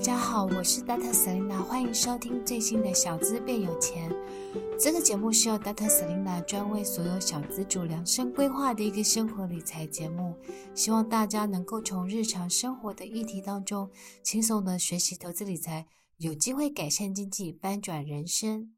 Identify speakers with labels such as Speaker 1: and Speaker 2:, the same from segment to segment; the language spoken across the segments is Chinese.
Speaker 1: 家好，我是 Data Selina，欢迎收听最新的《小资变有钱》。这个节目是由 Data Selina 专为所有小资主量身规划的一个生活理财节目，希望大家能够从日常生活的议题当中轻松的学习投资理财，有机会改善经济，翻转人生。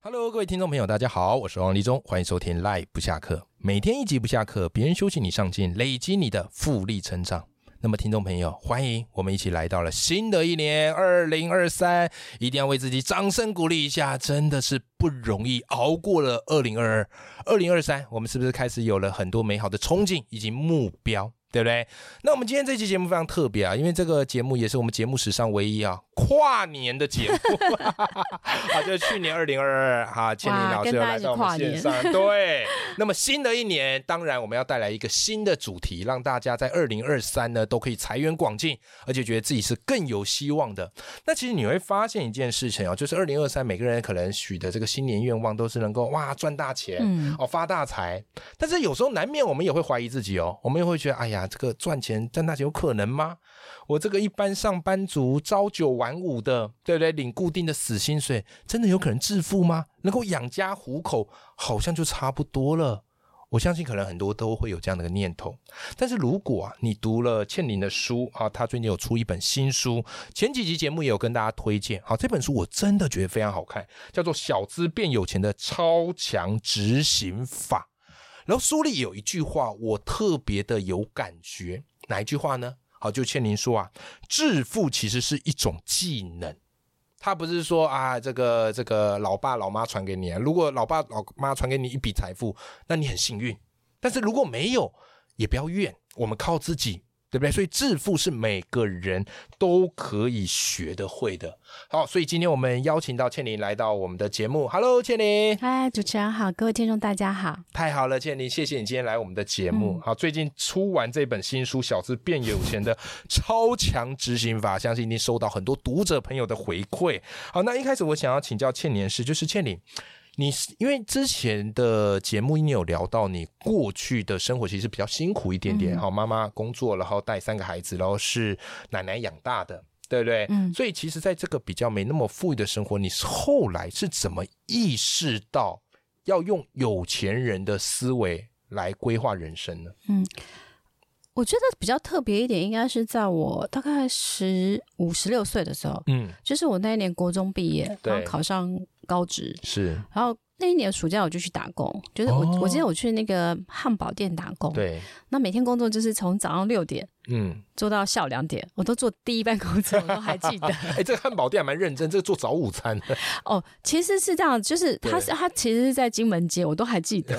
Speaker 2: Hello，各位听众朋友，大家好，我是王立忠，欢迎收听《赖不下课》，每天一集不下课，别人休息你上进，累积你的复利成长。那么，听众朋友，欢迎我们一起来到了新的一年二零二三，一定要为自己掌声鼓励一下，真的是不容易，熬过了二零二二、二零二三，我们是不是开始有了很多美好的憧憬以及目标，对不对？那我们今天这期节目非常特别啊，因为这个节目也是我们节目史上唯一啊跨年的节目， 好，就是去年二零二二哈，千林老师又来到我们线上，对。那么新的一年，当然我们要带来一个新的主题，让大家在二零二三呢都可以财源广进，而且觉得自己是更有希望的。那其实你会发现一件事情哦，就是二零二三每个人可能许的这个新年愿望都是能够哇赚大钱，
Speaker 3: 嗯
Speaker 2: 哦发大财，但是有时候难免我们也会怀疑自己哦，我们也会觉得哎呀，这个赚钱赚大钱有可能吗？我这个一般上班族朝九晚五的，对不对？领固定的死薪水，真的有可能致富吗？能够养家糊口，好像就差不多了。我相信可能很多都会有这样的一个念头，但是如果啊，你读了倩玲的书啊，她最近有出一本新书，前几集节目也有跟大家推荐。啊好，这本书我真的觉得非常好看，叫做《小资变有钱的超强执行法》。然后书里有一句话，我特别的有感觉，哪一句话呢？好，就倩玲说啊，致富其实是一种技能。他不是说啊，这个这个老爸老妈传给你啊，如果老爸老妈传给你一笔财富，那你很幸运。但是如果没有，也不要怨，我们靠自己，对不对？所以致富是每个人都可以学得会的。好，所以今天我们邀请到倩玲来到我们的节目。Hello，倩玲。
Speaker 3: 嗨，哎主持人好，各位听众大家好。
Speaker 2: 太好了，倩玲，谢谢你今天来我们的节目。好，最近出完这本新书《小资变有钱的超强执行法》，相信你收到很多读者朋友的回馈。好，那一开始我想要请教倩玲的是，就是倩玲，你是因为之前的节目你有聊到你过去的生活其实比较辛苦一点点，好、妈妈工作，然后带三个孩子，然后是奶奶养大的。对不对？
Speaker 3: 嗯
Speaker 2: 所以其实，在这个比较没那么富裕的生活，你是后来是怎么意识到要用有钱人的思维来规划人生呢？
Speaker 3: 我觉得比较特别一点，应该是在我大概十五、十六岁的时候，
Speaker 2: 嗯，
Speaker 3: 就是我那一年国中毕业，
Speaker 2: 对
Speaker 3: 然后考上高职，
Speaker 2: 是
Speaker 3: 然后那一年暑假我就去打工，就是我、
Speaker 2: 哦
Speaker 3: 我记得我去那个汉堡店打工，，
Speaker 2: 对，
Speaker 3: 那每天工作就是从早上六点
Speaker 2: 嗯，
Speaker 3: 做到下午两点，我都做第一班工作，我都还记得。
Speaker 2: 哎，这个汉堡店还蛮认真，这个做早午 餐的，
Speaker 3: 哦，其实是这样，就是他
Speaker 2: 对
Speaker 3: 是他其实是在金门街，我都 还记得，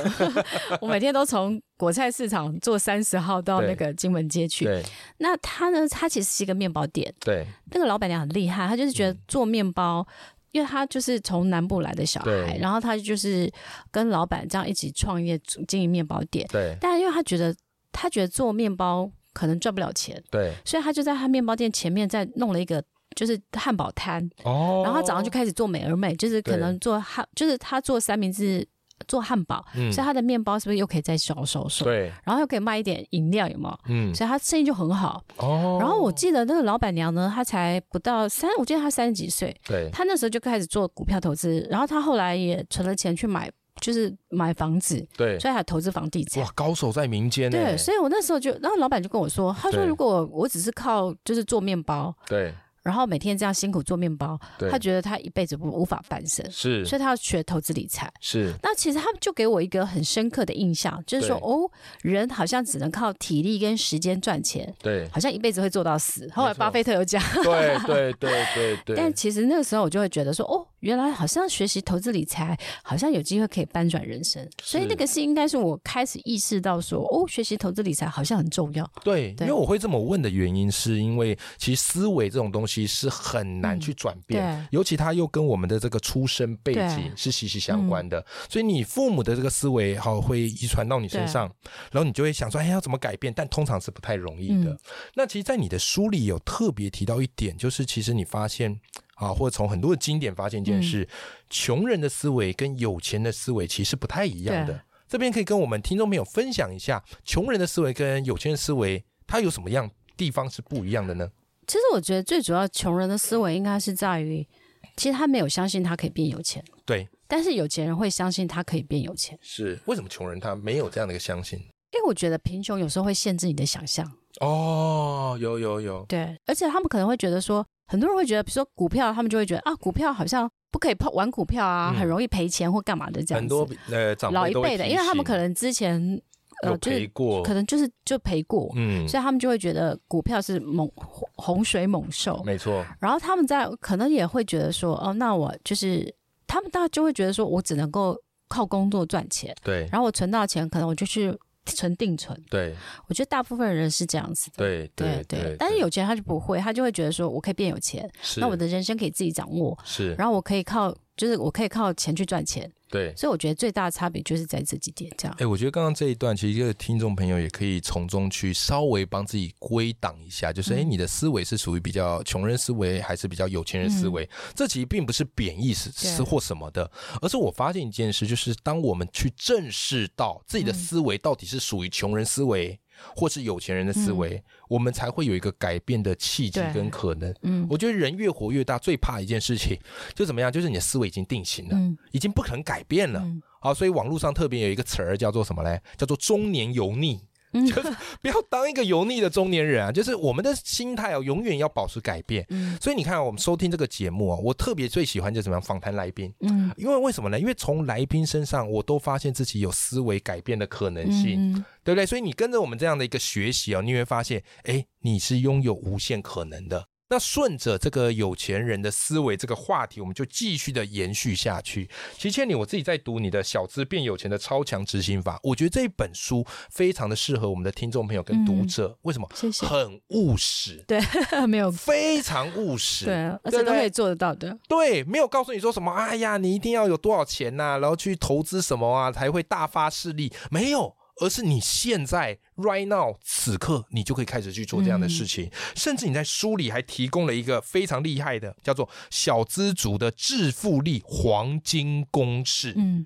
Speaker 3: 我每天都从果菜市场坐三十号到那个金门街去。
Speaker 2: 对
Speaker 3: 那他呢？他其实是一个面包店，
Speaker 2: 对
Speaker 3: 那个老板娘很厉害，她就是
Speaker 2: 嗯
Speaker 3: 觉得做面包。因为她就是从南部来的小孩
Speaker 2: 对，
Speaker 3: 然后她就是跟老板这样一起创业经营面包店。
Speaker 2: 对
Speaker 3: 但因为她觉得她觉得做面包可能赚不了钱，
Speaker 2: 对，
Speaker 3: 所以她就在她面包店前面再弄了一个就是汉堡摊，
Speaker 2: 哦
Speaker 3: 然后她早上就开始做美而美，就是可能做汉，就是她做三明治、做汉堡，
Speaker 2: 嗯
Speaker 3: 所以她的面包是不是又可以再销售售？
Speaker 2: 对，
Speaker 3: 然后又可以卖一点饮料，有没有？
Speaker 2: 嗯，
Speaker 3: 所以她生意就很好。
Speaker 2: 哦，
Speaker 3: 然后我记得那个老板娘呢，她才不到三，我记得她三十几岁，
Speaker 2: 对
Speaker 3: 她那时候就开始做股票投资，然后她后来也存了钱去买，就是买房子，
Speaker 2: 对，
Speaker 3: 所以还投资房地产
Speaker 2: 哇。，高手在民间呢，
Speaker 3: 对，所以我那时候就，然后老板就跟我说，他说
Speaker 2: 对
Speaker 3: 如果我只是靠就是做面包，
Speaker 2: 对
Speaker 3: 然后每天这样辛苦做面包，
Speaker 2: 对
Speaker 3: 他觉得他一辈子不无法翻身，
Speaker 2: 是
Speaker 3: 所以他要学投资理财。
Speaker 2: 是，
Speaker 3: 那其实他们就给我一个很深刻的印象，就是说
Speaker 2: 对
Speaker 3: 哦，人好像只能靠体力跟时间赚钱，
Speaker 2: 对
Speaker 3: 好像一辈子会做到死。后来
Speaker 2: 没错
Speaker 3: 巴菲特有讲。
Speaker 2: 对对对对对，
Speaker 3: 但其实那个时候我就会觉得说，哦，原来好像学习投资理财，好像有机会可以翻转人生。所以那个是应该是我开始意识到说，哦，学习投资理财好像很重要。
Speaker 2: 对，因
Speaker 3: 对
Speaker 2: 为我会这么问的原因，是因为其实思维这种东西是很难去转变，
Speaker 3: 嗯
Speaker 2: 尤其它又跟我们的这个出身背景
Speaker 3: 对嗯
Speaker 2: 是息息相关的，所以你父母的这个思维好会遗传到你身上，然后你就会想说，哎，要怎么改变？但通常是不太容易的。
Speaker 3: 嗯
Speaker 2: 那其实，在你的书里有特别提到一点，就是其实你发现。啊，或者从很多的经典发现一件
Speaker 3: 嗯
Speaker 2: 事，穷人的思维跟有钱的思维其实不太一样的
Speaker 3: 对。
Speaker 2: 这边可以跟我们听众朋友分享一下，穷人的思维跟有钱人思维，它有什么样地方是不一样的呢？
Speaker 3: 其实我觉得最主要，穷人的思维应该是在于，其实他没有相信他可以变有钱，
Speaker 2: 对，
Speaker 3: 但是有钱人会相信他可以变有钱。
Speaker 2: 是为什么穷人他没有这样的一个相信？
Speaker 3: 因为我觉得贫穷有时候会限制你的想象，
Speaker 2: 哦，有有有，
Speaker 3: 对，而且他们可能会觉得说，很多人会觉得，比如说股票，他们就会觉得啊，股票好像不可以碰玩股票啊，
Speaker 2: 嗯
Speaker 3: 很容易赔钱或干嘛的这样
Speaker 2: 很
Speaker 3: 子。
Speaker 2: 多呃长
Speaker 3: 老
Speaker 2: 辈
Speaker 3: 一
Speaker 2: 都会
Speaker 3: 辈的，
Speaker 2: 提
Speaker 3: 因为他们
Speaker 2: 醒
Speaker 3: 可能之前呃
Speaker 2: 有
Speaker 3: 就
Speaker 2: 陪
Speaker 3: 是
Speaker 2: 过，
Speaker 3: 可能就是就赔过，
Speaker 2: 嗯，
Speaker 3: 所以他们就会觉得股票是猛洪洪水猛兽，
Speaker 2: 没错，
Speaker 3: 然后他们在可能也会觉得说，哦，那我就是他们大家就会觉得说我只能够靠工作赚钱，
Speaker 2: 对
Speaker 3: 然后我存到钱，可能我就去存定存。
Speaker 2: 对
Speaker 3: 我觉得大部分人是这样子的。
Speaker 2: 对
Speaker 3: 对
Speaker 2: 对，
Speaker 3: 但是有钱他就不会，他就会觉得说我可以变有钱，
Speaker 2: 是
Speaker 3: 那我的人生可以自己掌握，
Speaker 2: 是
Speaker 3: 然后我可以靠就是我可以靠钱去赚钱，
Speaker 2: 对。
Speaker 3: 所以我觉得最大的差别就是在这几点这样
Speaker 2: 哎、。我觉得刚刚这一段，其实这个听众朋友也可以从中去稍微帮自己归档一下，就是哎、
Speaker 3: 嗯
Speaker 2: 诶你的思维是属于比较穷人思维，还是比较有钱人思维？这其实并不是贬义是
Speaker 3: 嗯对
Speaker 2: 是或什么的，而是我发现一件事，就是当我们去正视到自
Speaker 3: 嗯
Speaker 2: 己的思维到底是属于穷人思维。或是有钱人的思维，我们才会有一个改变的契机
Speaker 3: 嗯对
Speaker 2: 跟可能。
Speaker 3: 嗯
Speaker 2: 我觉得人越活越大，最怕一件事情就怎么样，就是你的思维已经定型了，
Speaker 3: 嗯
Speaker 2: 已经不可能改变了。
Speaker 3: 嗯
Speaker 2: 好，所以网络上特别有一个词儿叫做什么嘞？叫做中年油腻。
Speaker 3: 嗯
Speaker 2: 就是不要当一个油腻的中年人啊！就是我们的心态哦，永远要保持改变。
Speaker 3: 嗯
Speaker 2: 所以你看啊、我们收听这个节目啊，我特别最喜欢就是怎么样访谈来宾，
Speaker 3: 嗯
Speaker 2: 因为为什么呢？因为从来宾身上，我都发现自己有思维改变的可能性。
Speaker 3: 嗯
Speaker 2: 对不对？所以你跟着我们这样的一个学习哦，你会发现，哎，你是拥有无限可能的。那顺着这个有钱人的思维这个话题，我们就继续的延续下去。其实倩你我自己在读你的《小资变有钱的超强执行法》，我觉得这一本书非常的适合我们的听众朋友跟读
Speaker 3: 嗯
Speaker 2: 者，为什么？
Speaker 3: 谢谢，
Speaker 2: 很务实，
Speaker 3: 没有
Speaker 2: 非常务实。
Speaker 3: 对，而
Speaker 2: 对不
Speaker 3: 且都
Speaker 2: 对
Speaker 3: 可以做得到的。
Speaker 2: 对，没有告诉你说什么，哎呀，你一定要有多少钱呐、然后去投资什么啊，才会大发势力，没有。而是你现在 right now 此刻，你就可以开始去做这样的
Speaker 3: 嗯
Speaker 2: 事情，甚至你在书里还提供了一个非常厉害的，叫做“小资族的致富力黄金公式”，
Speaker 3: 嗯，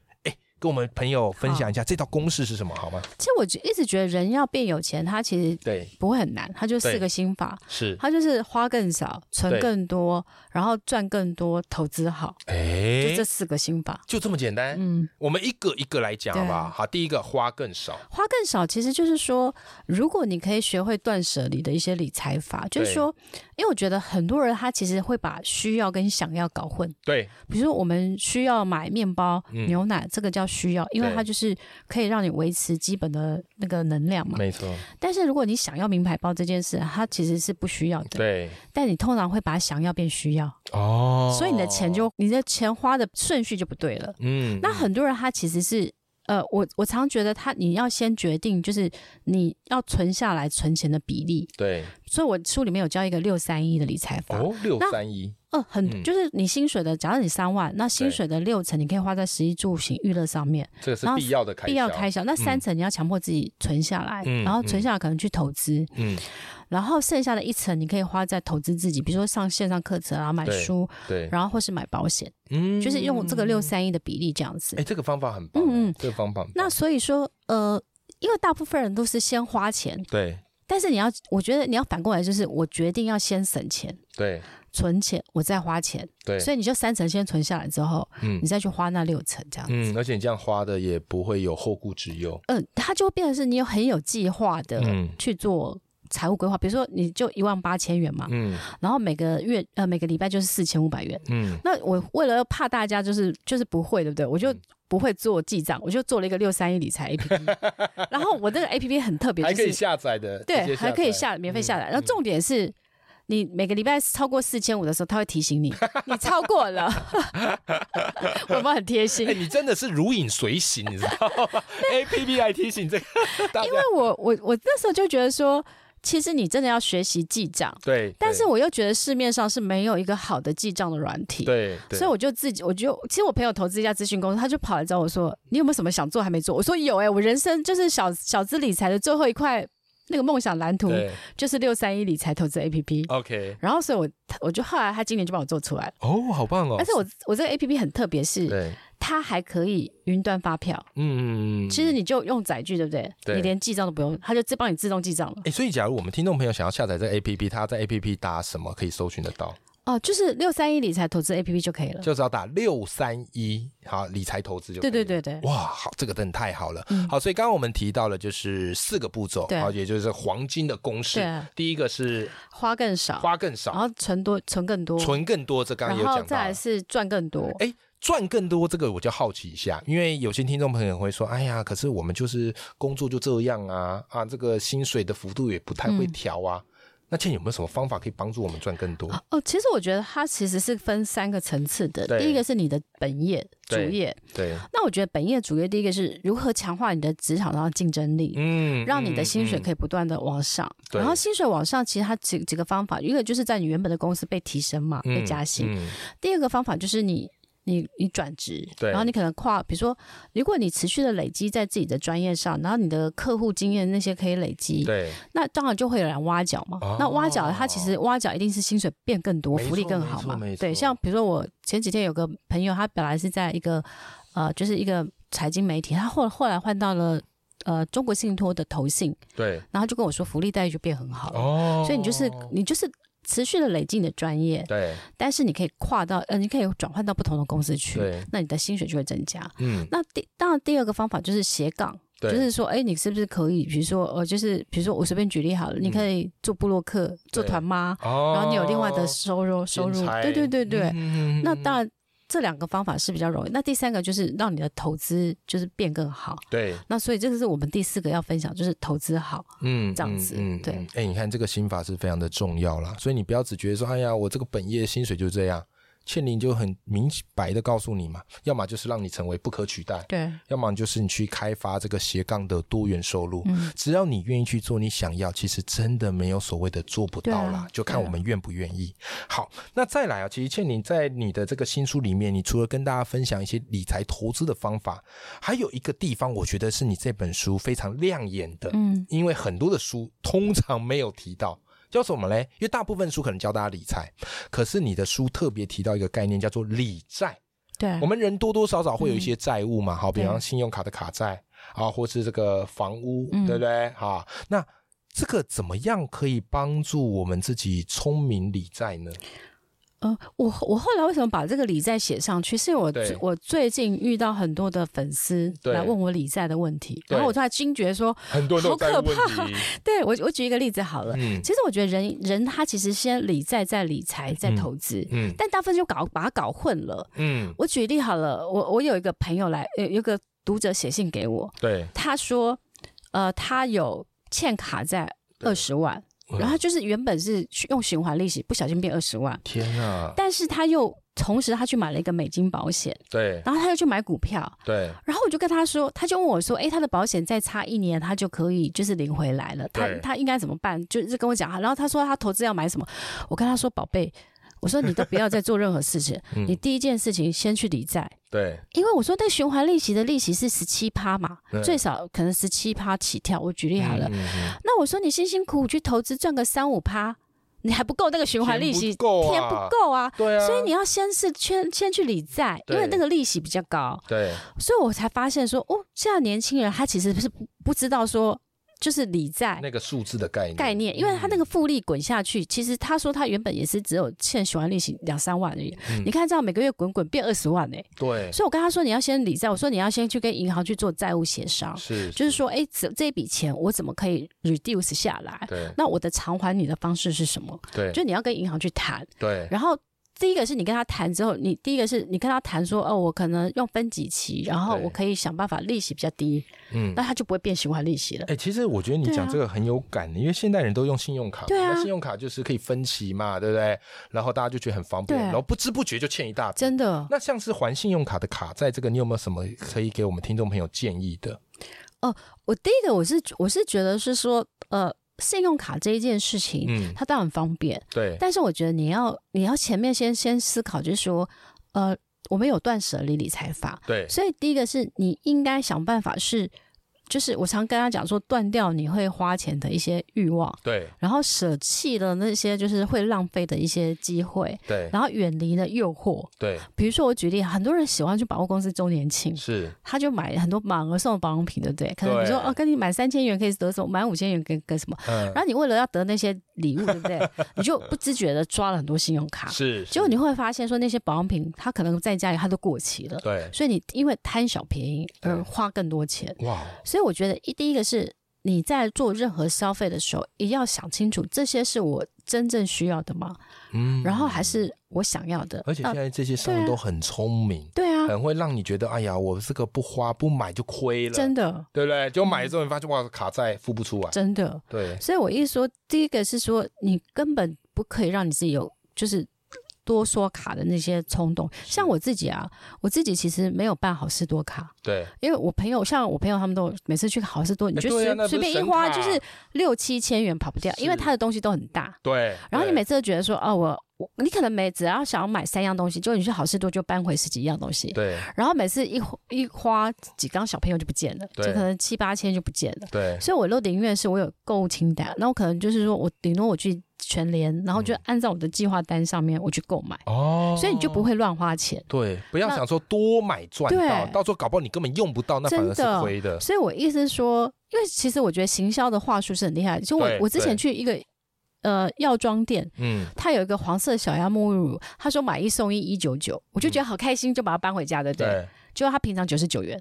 Speaker 2: 跟我们朋友分享一下这道公式是什么好吗？
Speaker 3: 其实我觉一直觉得人要变有钱，他其实
Speaker 2: 对，
Speaker 3: 不会很难，他就四
Speaker 2: 对
Speaker 3: 个心法，
Speaker 2: 是，
Speaker 3: 他就是花更少，存
Speaker 2: 对
Speaker 3: 更多，然后赚更多，投资好，就
Speaker 2: 哎
Speaker 3: 这，四个心法。
Speaker 2: 就这么简单。
Speaker 3: 嗯，
Speaker 2: 我们一个一个来讲好不好？好，第一个花更少，
Speaker 3: 花更少，其实就是说，如果你可以学会断舍离的一些理财法，就是
Speaker 2: 对
Speaker 3: 说，因为我觉得很多人他其实会把需要跟想要搞混。
Speaker 2: 对，
Speaker 3: 比如说，我们需要买面包、
Speaker 2: 嗯
Speaker 3: 牛奶，这个叫需要，因为
Speaker 2: 对
Speaker 3: 它就是可以让你维持基本的那个能量嘛。
Speaker 2: 没错，
Speaker 3: 但是如果你想要名牌包这件事，它其实是不需要的。
Speaker 2: 对，
Speaker 3: 但你通常会把想要变需要，
Speaker 2: 哦，
Speaker 3: 所以你的钱就你的钱花的顺序就不对了。
Speaker 2: 嗯，
Speaker 3: 那很多人他其实是。呃，我我常觉得他你要先决定，就是你要存下来存钱的比例。
Speaker 2: 对
Speaker 3: 所以我书里面有教一个六三一的理财法，
Speaker 2: 哦，六三一
Speaker 3: 呃，很、
Speaker 2: 嗯
Speaker 3: 就是你薪水的，假如你三万，那薪水的六成你可以花在食衣住行娱乐上面，
Speaker 2: 这个是
Speaker 3: 然后
Speaker 2: 必要的开
Speaker 3: 必要
Speaker 2: 销
Speaker 3: 开销。那三成你要强迫自己存下来，
Speaker 2: 嗯
Speaker 3: 然后存下来可能去投资，
Speaker 2: 嗯，
Speaker 3: 然后剩下的一层你可以花在投资自己，比如说上线上课程啊，买
Speaker 2: 对
Speaker 3: 书，
Speaker 2: 对，
Speaker 3: 然后或是买保险，
Speaker 2: 嗯
Speaker 3: 就是用这个六，三一的比例这样子
Speaker 2: 哎，。这个方法很棒，哎
Speaker 3: 嗯嗯
Speaker 2: 这个方法很棒
Speaker 3: 那所以说，呃，因为大部分人都是先花钱，
Speaker 2: 对
Speaker 3: 但是你要，我觉得你要反过来，就是我决定要先省钱、
Speaker 2: 对
Speaker 3: 存钱，我再花钱，
Speaker 2: 对，
Speaker 3: 所以你就三成先存下来之后，
Speaker 2: 嗯
Speaker 3: 你再去花那六成这样。
Speaker 2: 嗯，而且你这样花的也不会有后顾之忧，
Speaker 3: 嗯、它就会变成是你有很有计划的
Speaker 2: 嗯
Speaker 3: 去做财务规划，比如说你就一万八千元嘛，
Speaker 2: 嗯
Speaker 3: 然后每个月呃每个礼拜就是四千五百元。
Speaker 2: 嗯，
Speaker 3: 那我为了怕大家就是就是不会，对不对？我就
Speaker 2: 嗯
Speaker 3: 不会做记账，我就做了一个六三一理财 A P P，然后我这个 A P P 很特别，
Speaker 2: 还
Speaker 3: 就
Speaker 2: 可以
Speaker 3: 是
Speaker 2: 下载的，直
Speaker 3: 对
Speaker 2: 接
Speaker 3: 还可以
Speaker 2: 载
Speaker 3: 下免费
Speaker 2: 嗯
Speaker 3: 下载。然后重点是，你每个礼拜超过四千五的时候，它会提醒你，你超 过了，我有没有很贴心
Speaker 2: 哎，？你真的是如影随形，你知道 吗？A P P 来提醒这个大家
Speaker 3: 因，为我我我那时候就觉得说，其实你真的要学习记账，
Speaker 2: 对，
Speaker 3: 但
Speaker 2: 对
Speaker 3: 是我又觉得市面上是没有一个好的记账的软体。
Speaker 2: 对，对
Speaker 3: 所以我就自己，我就其实我朋友投资一家咨询公司，他就跑欸来找我说：“你有没有什么想做还没做？”我说：“有哎、我人生就是小小资理财的最后一块那个梦想蓝图
Speaker 2: 对
Speaker 3: 就是六三一理财投资 A P P，
Speaker 2: ，OK，
Speaker 3: 然后所以我我就后来他今年就帮我做出来了，
Speaker 2: 哦，好棒哦，
Speaker 3: 而且我我这个 A P P 很特别，是
Speaker 2: 对，
Speaker 3: 它还可以云端发票，
Speaker 2: 嗯，
Speaker 3: 其实你就用载具对不对？
Speaker 2: 对
Speaker 3: 你连记账都不用，它就自帮你自动记账了。
Speaker 2: 哎，所以假如我们听众朋友想要下载这 APP，他在 APP 打什么可以搜寻得到？
Speaker 3: 哦，就是六三一理财投资 A P P 就可以了。
Speaker 2: 就只要打六三一，好，理财投资就可以
Speaker 3: 对
Speaker 2: 了
Speaker 3: 嗯对对对，嗯
Speaker 2: 哇，好，这个真的太好了。好，所以刚刚我们提到了就是四个步骤，
Speaker 3: 对
Speaker 2: 好，也就是黄金的公式
Speaker 3: 对啊。
Speaker 2: 第一个是
Speaker 3: 花更少，
Speaker 2: 花更
Speaker 3: 然
Speaker 2: 少，
Speaker 3: 后存多存更多，
Speaker 2: 存更多，这刚刚也
Speaker 3: 然
Speaker 2: 有
Speaker 3: 后
Speaker 2: 讲到
Speaker 3: 再来
Speaker 2: 了。
Speaker 3: 是赚更多。
Speaker 2: 哎，赚更多这个我就好奇一下，因为有些听众朋友会说，哎呀，可是我们就是工作就这样啊，啊，这个薪水的幅度也不太
Speaker 3: 嗯
Speaker 2: 会调啊。那倩有没有什么方法可以帮助我们赚更多？
Speaker 3: 哦，其实我觉得它其实是分三个层次的。
Speaker 2: 对
Speaker 3: 第一个是你的本业、主
Speaker 2: 对
Speaker 3: 业。
Speaker 2: 对，
Speaker 3: 那我觉得本业、主业，第一个是如何强化你的职场上的竞争力，
Speaker 2: 嗯
Speaker 3: 让你的薪水
Speaker 2: 以，
Speaker 3: 可以不断的往上。
Speaker 2: 对
Speaker 3: 然后薪水往上，其实它几几个方法，一个就是在你原本的公司被提升嘛，
Speaker 2: 嗯
Speaker 3: 被加薪。
Speaker 2: 嗯
Speaker 3: 第二个方法就是你。你你转职，
Speaker 2: 对
Speaker 3: 然后你可能跨，比如说，如果你持续的累积在自己的专业上，然后你的客户经验那些可以累积，
Speaker 2: 对，
Speaker 3: 那当然就会有人挖角嘛。
Speaker 2: 哦
Speaker 3: 那挖角，它其实挖角一定是薪水变更多，
Speaker 2: 没错
Speaker 3: 福利更好嘛
Speaker 2: 没错没。错
Speaker 3: 对，像比如说我前几天有个朋友，他本来是在一个呃，就是一个财经媒体，他后后来换到了呃中国信托的投信，
Speaker 2: 对，
Speaker 3: 然后他就跟我说福利待遇就变很好了。
Speaker 2: 哦
Speaker 3: 所以你就是你就是持续的累积你的专业，
Speaker 2: 对
Speaker 3: 但是你可以跨到呃，你可以转换到不同的公司去，
Speaker 2: 对，
Speaker 3: 那你的薪水就会增加。
Speaker 2: 嗯，
Speaker 3: 那第当然第二个方法就是斜杠，
Speaker 2: 对，
Speaker 3: 就是说，哎，你是不是可以，比如说，呃，就是比如说我随便举例好
Speaker 2: 嗯
Speaker 3: 了，你可以做部落客，做团妈，
Speaker 2: 哦，
Speaker 3: 然后你有另外的收入收入
Speaker 2: 兼，差
Speaker 3: 对对对对。
Speaker 2: 嗯
Speaker 3: 那当然这两个方法是比较容易，那第三个就是让你的投资就是变更好。
Speaker 2: 对，
Speaker 3: 那所以这个是我们第四个要分享，就是投资好。
Speaker 2: 嗯，
Speaker 3: 这样
Speaker 2: 嗯
Speaker 3: 子
Speaker 2: 嗯
Speaker 3: 对
Speaker 2: 嗯哎、你看这个心法是非常的重要啦，所以你不要只觉得说，哎呀，我这个本业薪水就这样。倩玲就很明白的告诉你嘛，要么就是让你成为不可取代，
Speaker 3: 对，
Speaker 2: 要么就是你去开发这个斜杠的多元收入。
Speaker 3: 嗯，
Speaker 2: 只要你愿意去做你想要，其实真的没有所谓的做不到
Speaker 3: 对
Speaker 2: 啦，
Speaker 3: 啊
Speaker 2: 就看
Speaker 3: 对啊
Speaker 2: 我们愿不愿意。好，那再来啊，其实倩玲在你的这个新书里面，你除了跟大家分享一些理财投资的方法，还有一个地方，我觉得是你这本书非常亮眼的，
Speaker 3: 嗯，
Speaker 2: 因为很多的书通常没有提到。叫什么嘞？因为大部分书可能教大家理财，可是你的书特别提到一个概念，叫做理债。
Speaker 3: 对
Speaker 2: 我，们人多多少少会有一些债务嘛，好，比
Speaker 3: 嗯对
Speaker 2: 方信用卡的卡债啊，或是这个房屋，
Speaker 3: 嗯
Speaker 2: 对不对？啊，那这个怎么样可以帮助我们自己聪明理债呢？
Speaker 3: 呃，我我后来为什么把这个理债写上去？是因为我
Speaker 2: 对
Speaker 3: 最我最近遇到很多的粉丝
Speaker 2: 对
Speaker 3: 来问我理债的问题，
Speaker 2: 对
Speaker 3: 然后我突然惊觉说，
Speaker 2: 很多人都有
Speaker 3: 好可啊
Speaker 2: 债务问题，
Speaker 3: 对我我举一个例子好了。
Speaker 2: 嗯
Speaker 3: 其实我觉得人人他其实先理债，再理财，再投资，
Speaker 2: 嗯
Speaker 3: 但大部分就搞把它搞混了。
Speaker 2: 嗯，
Speaker 3: 我举例好了，我我有一个朋友来，有有一个读者写信给我，
Speaker 2: 对，
Speaker 3: 他说，呃，他有欠卡债
Speaker 2: 对
Speaker 3: 二十万，
Speaker 2: 嗯
Speaker 3: 然后他就是原本是用循环利息，不小心变二十万，
Speaker 2: 天啊，
Speaker 3: 但是他又同时他去买了一个美金保险，
Speaker 2: 对
Speaker 3: 然后他又去买股票，
Speaker 2: 对
Speaker 3: 然后我就跟他说，他就问我说，诶，他的保险再差一年，他就可以就是领回来了，他
Speaker 2: 对
Speaker 3: 他应该怎么办？就是跟我讲，然后他说他投资要买什么，我跟他说，宝贝。我说你都不要再做任何事情，
Speaker 2: 嗯
Speaker 3: 你第一件事情先去理债，
Speaker 2: 对，
Speaker 3: 因为我说那循环利息的利息是十七趴嘛
Speaker 2: 对，
Speaker 3: 最少可能十七趴起跳。我举例好了，
Speaker 2: 嗯嗯
Speaker 3: 那我说你辛辛苦苦去投资赚个三五趴，你还不够那个循环利息，
Speaker 2: 填不够啊
Speaker 3: 填不够啊。
Speaker 2: 对啊，
Speaker 3: 所以你要先是先先去理债，因
Speaker 2: 对
Speaker 3: 为那个利息比较高，
Speaker 2: 对
Speaker 3: 所以我才发现说，哦，现在年轻人他其实是不不知道说就是理债
Speaker 2: 那个嗯数字的概念
Speaker 3: 概念，因为他那个复利滚下去，其实他说他原本也是只有欠循环利息两三万而已，
Speaker 2: 嗯
Speaker 3: 你看这样每个月滚滚变二十万哎、
Speaker 2: 对
Speaker 3: 所以我跟他说你要先理债，我说你要先去跟银行去做债务协商，
Speaker 2: 是
Speaker 3: 就是说，哎，这这笔钱我怎么可以 reduce 下来？
Speaker 2: 对
Speaker 3: 那我的偿还你的方式是什么？
Speaker 2: 对
Speaker 3: 就你要跟银行去谈，
Speaker 2: 对
Speaker 3: 然后。第一个是你跟他谈之后，你第一个是你跟他谈说，哦，我可能用分几期，然后
Speaker 2: 对
Speaker 3: 我可以想办法利息比较低，
Speaker 2: 嗯
Speaker 3: 那。他就不会变循环利息了
Speaker 2: 哎、。其实我觉得你
Speaker 3: 对
Speaker 2: 讲
Speaker 3: 啊
Speaker 2: 这个很有感的，因为现代人都用信用卡嘛，
Speaker 3: 对啊
Speaker 2: 那信用卡就是可以分期嘛，对不对？然后大家就觉得很方便，
Speaker 3: 对
Speaker 2: 然后不知不觉就欠一大笔。
Speaker 3: 真的
Speaker 2: 那像是还信用卡的卡债，这个你有没有什么可以给我们听众朋友建议的？
Speaker 3: 我第一个我是我是觉得是说，呃，信用卡这一件事情，
Speaker 2: 嗯，
Speaker 3: 它当然方便，
Speaker 2: 对，
Speaker 3: 但是我觉得你要你要前面先先思考，就是说，呃，我们有断舍离理财法，
Speaker 2: 对，
Speaker 3: 所以第一个是你应该想办法是就是我常跟他讲说，断掉你会花钱的一些欲望，
Speaker 2: 对
Speaker 3: 然后舍弃了那些就是会浪费的一些机会，
Speaker 2: 对
Speaker 3: 然后远离了诱惑。
Speaker 2: 对，
Speaker 3: 比如说我举例，很多人喜欢去百货公司周年庆，
Speaker 2: 是
Speaker 3: 他就买很多满额送的保养品，对不对？可能你说
Speaker 2: 对
Speaker 3: 哦，跟你买三千元可以得什么，买五千元跟跟什么，
Speaker 2: 嗯
Speaker 3: 然后你为了要得那些礼物，对不对？你就不自觉的抓了很多信用卡，
Speaker 2: 是，
Speaker 3: 结果你会发现说那些保养品它可能在家里它都过期了，
Speaker 2: 对
Speaker 3: 所以你因为贪小便宜而
Speaker 2: 对
Speaker 3: 花更多钱。
Speaker 2: 哇
Speaker 3: 所以我觉得一第一个是你在做任何消费的时候，也要想清楚这些是我真正需要的吗？
Speaker 2: 嗯
Speaker 3: 然后还是我想要的。
Speaker 2: 而且
Speaker 3: 那
Speaker 2: 现在这些商
Speaker 3: 对
Speaker 2: 人
Speaker 3: 啊
Speaker 2: 都很聪明，
Speaker 3: 对啊，
Speaker 2: 很会让你觉得哎呀，我这个不花不买就亏了，
Speaker 3: 真的
Speaker 2: 对不对？就买了之后你发现哇，卡债付不出来，
Speaker 3: 真的。
Speaker 2: 对
Speaker 3: 所以我一说，第一个是说你根本不可以让你自己有就是。多刷卡的那些冲动，像我自己啊，我自己其实没有办好事多卡，
Speaker 2: 对
Speaker 3: 因为我朋友像我朋友他们都每次去好事多，你
Speaker 2: 哎
Speaker 3: 就
Speaker 2: 对啊
Speaker 3: 随、
Speaker 2: 那不是
Speaker 3: 随便一
Speaker 2: 神
Speaker 3: 花
Speaker 2: 卡
Speaker 3: 就是六七千元跑不掉，因为
Speaker 2: 是
Speaker 3: 他的东西都很大，
Speaker 2: 对，
Speaker 3: 然后
Speaker 2: 对
Speaker 3: 你每次都觉得说，哦，我我你可能每只要想要买三样东西，结果你去好事多就搬回十几样东西，
Speaker 2: 对
Speaker 3: 然后每次一花一花几缸小朋友就不见了，就
Speaker 2: 对
Speaker 3: 可能七八千就不见了。
Speaker 2: 对
Speaker 3: 所以我都宁愿是我有购物清单，那我可能就是说我顶多我去全联，然后就按照我的计划单上面我去购买，
Speaker 2: 嗯哦，
Speaker 3: 所以你就不会乱花钱。
Speaker 2: 对，不要
Speaker 3: 那
Speaker 2: 想说多买赚到，
Speaker 3: 对
Speaker 2: 到时候搞不好你根本用不到，那反而
Speaker 3: 真的
Speaker 2: 是亏的。
Speaker 3: 所以我意思是说，因为其实我觉得行销的话术是很厉害的，就我
Speaker 2: 对
Speaker 3: 我之前
Speaker 2: 对
Speaker 3: 去一个呃药妆店，
Speaker 2: 嗯，
Speaker 3: 它有一个黄色小鸭沐浴乳，他说买一送一一九九，我就觉得好开心，就把它搬回家，对不对？
Speaker 2: 嗯对，
Speaker 3: 结果它平常九十 九元。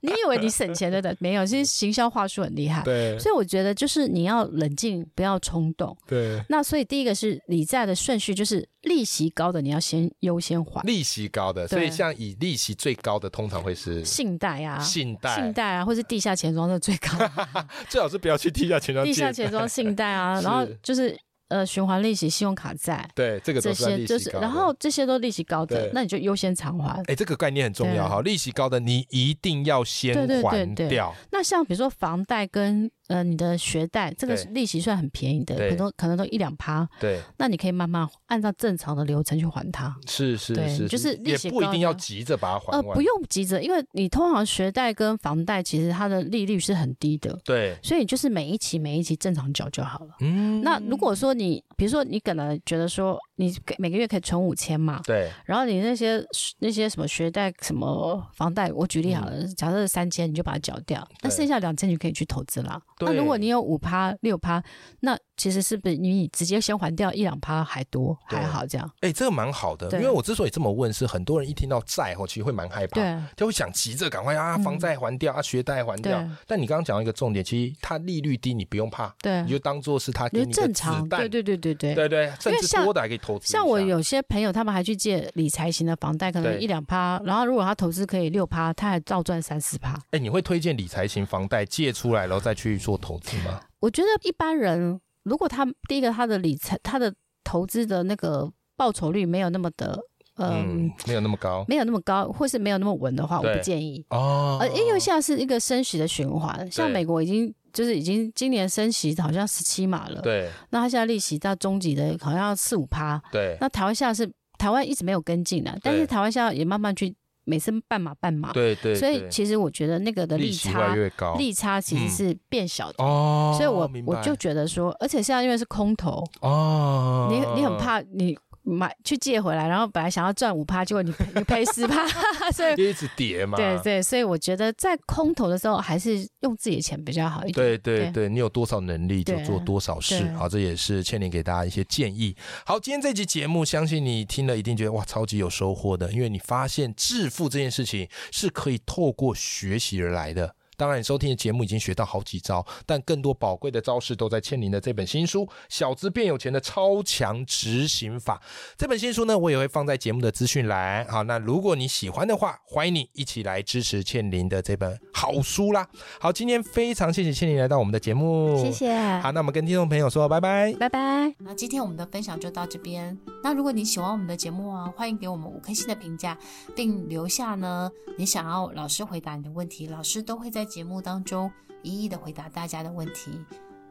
Speaker 3: 你以为你省钱对不对？没有，其实行销话术很厉害。
Speaker 2: 对，
Speaker 3: 所以我觉得就是你要冷静，不要冲动。
Speaker 2: 对，
Speaker 3: 那所以第一个是理债的顺序，就是利息高的你要先优先还
Speaker 2: 利息高的，所
Speaker 3: 对
Speaker 2: 以像以利息最高的，通常会是
Speaker 3: 信贷啊，
Speaker 2: 信贷，
Speaker 3: 啊，或是地下钱庄是最高 的，
Speaker 2: 最好是不要去地下钱庄
Speaker 3: 地下
Speaker 2: 借。
Speaker 3: 钱庄信贷啊，
Speaker 2: 是
Speaker 3: 然后就是呃循环利息、信用卡债
Speaker 2: 对，这个
Speaker 3: 这
Speaker 2: 都是在
Speaker 3: 些，
Speaker 2: 利
Speaker 3: 就
Speaker 2: 息
Speaker 3: 是
Speaker 2: 高的。
Speaker 3: 然后这些都利息高的
Speaker 2: 对，
Speaker 3: 那你就优先偿还。
Speaker 2: 哎，这个概念很重要
Speaker 3: 对
Speaker 2: 哈，利息高的你一定要先
Speaker 3: 对对对
Speaker 2: 还
Speaker 3: 对
Speaker 2: 掉，
Speaker 3: 那像比如说房贷跟呃你的学贷，这个
Speaker 2: 对
Speaker 3: 利息算很便宜的，
Speaker 2: 对
Speaker 3: 可能可能都一两趴，
Speaker 2: 对，
Speaker 3: 那你可以慢慢按照正常的流程去还它。
Speaker 2: 是是
Speaker 3: 对
Speaker 2: 是，
Speaker 3: 就是利
Speaker 2: 也
Speaker 3: 息
Speaker 2: 不一
Speaker 3: 高
Speaker 2: 定要
Speaker 3: 的
Speaker 2: 急着把它还
Speaker 3: 呃，
Speaker 2: 完，
Speaker 3: 不用急着，因为你通常学贷跟房贷其实它的利率是很低的，
Speaker 2: 对，
Speaker 3: 所以你就是每一期每一期正常缴就好了。
Speaker 2: 嗯，
Speaker 3: 那如果说你，比如说你可能觉得说你每个月可以存五千嘛，
Speaker 2: 对
Speaker 3: 然后你那些那些什么学贷、什么房贷，我举例好了，假设三千，你就把它缴掉，
Speaker 2: 嗯
Speaker 3: 那
Speaker 2: 对
Speaker 3: 剩下两千你可以去投资啦。那
Speaker 2: 对
Speaker 3: 如果你有五趴、六趴，那其实是比你直接先还掉一两趴还多，
Speaker 2: 对
Speaker 3: 还好这样。
Speaker 2: 哎、这个蛮好的，
Speaker 3: 对
Speaker 2: 因为我之所以这么问，是很多人一听到债后，其实会蛮害怕，
Speaker 3: 对
Speaker 2: 就会想急着赶快啊，
Speaker 3: 嗯
Speaker 2: 房贷还掉、啊，学贷还掉
Speaker 3: 对。
Speaker 2: 但你刚刚讲到一个重点，其实它利率低，你不用怕，
Speaker 3: 对啊
Speaker 2: 你，就当做是它
Speaker 3: 你
Speaker 2: 给
Speaker 3: 就
Speaker 2: 你的
Speaker 3: 正
Speaker 2: 子
Speaker 3: 常。
Speaker 2: 弹，
Speaker 3: 对对对对对。
Speaker 2: 对对甚至
Speaker 3: 像
Speaker 2: 多的还可以投资一下。
Speaker 3: 像我有些朋友，他们还去借理财型的房贷，可能
Speaker 2: 对
Speaker 3: 一两趴，然后如果他投资可以六趴，他还照赚三四趴。
Speaker 2: 哎、你会推荐理财型房贷借出来，然后再去做投资吗？
Speaker 3: 我觉得一般人，如果他第一个他的理财、他的投资的那个报酬率没有那么的，嗯，
Speaker 2: 嗯，没有那么高
Speaker 3: 没有那么高，或是没有那么稳的话，我
Speaker 2: 对
Speaker 3: 不建议。
Speaker 2: 哦。
Speaker 3: 呃，因为现在是一个升息的循环，像美国已经就是已经今年升息好像十七码了，
Speaker 2: 对
Speaker 3: 那它现在利息到中级的好像四五趴，
Speaker 2: 对
Speaker 3: 那台湾现在是台湾一直没有跟进的，但是台湾现在也慢慢去每次半码半码，
Speaker 2: 对对，
Speaker 3: 所以
Speaker 2: 对
Speaker 3: 其实我觉得那个的
Speaker 2: 利
Speaker 3: 利
Speaker 2: 息越来
Speaker 3: 差
Speaker 2: 越高
Speaker 3: 利差其实
Speaker 2: 嗯
Speaker 3: 是变小的。
Speaker 2: 哦，
Speaker 3: 所以我
Speaker 2: 明
Speaker 3: 我
Speaker 2: 白
Speaker 3: 就觉得说，而且现在因为是空头，
Speaker 2: 哦，
Speaker 3: 你你很怕你买去借回来，然后本来想要赚五趴，结果你赔你赔 十趴，所以
Speaker 2: 就一直跌嘛，
Speaker 3: 对对，所以我觉得在空头的时候还是用自己的钱比较好一点。
Speaker 2: 对对
Speaker 3: 对
Speaker 2: 对，你有多少能力就
Speaker 3: 对
Speaker 2: 做多少事
Speaker 3: 对，
Speaker 2: 好，这也是倩玲给大家一些建议。好，今天这期节目，相信你听了一定觉得哇，超级有收获的，因为你发现致富这件事情是可以透过学习而来的。当然，你收听的节目已经学到好几招，但更多宝贵的招式都在倩玲的这本新书《小资变有钱的超强执行法》。这本新书呢，我也会放在节目的资讯栏。好，那如果你喜欢的话，欢迎你一起来支持倩玲的这本好书啦。好，今天非常谢谢倩玲来到我们的节目，
Speaker 3: 谢。谢，
Speaker 2: 好，那我们跟听众朋友说拜拜。
Speaker 3: 拜拜。
Speaker 1: 那今天我们的分享就到这边。那如果你喜欢我们的节目啊，欢迎给我们五颗星的评价，并留下呢你想要老师回答你的问题，老师都会在节目当中一一的回答大家的问题。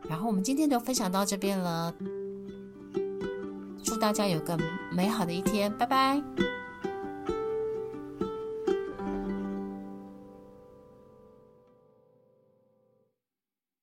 Speaker 1: 然后我们今天就分享到这边了，祝大家有个美好的一天，拜拜。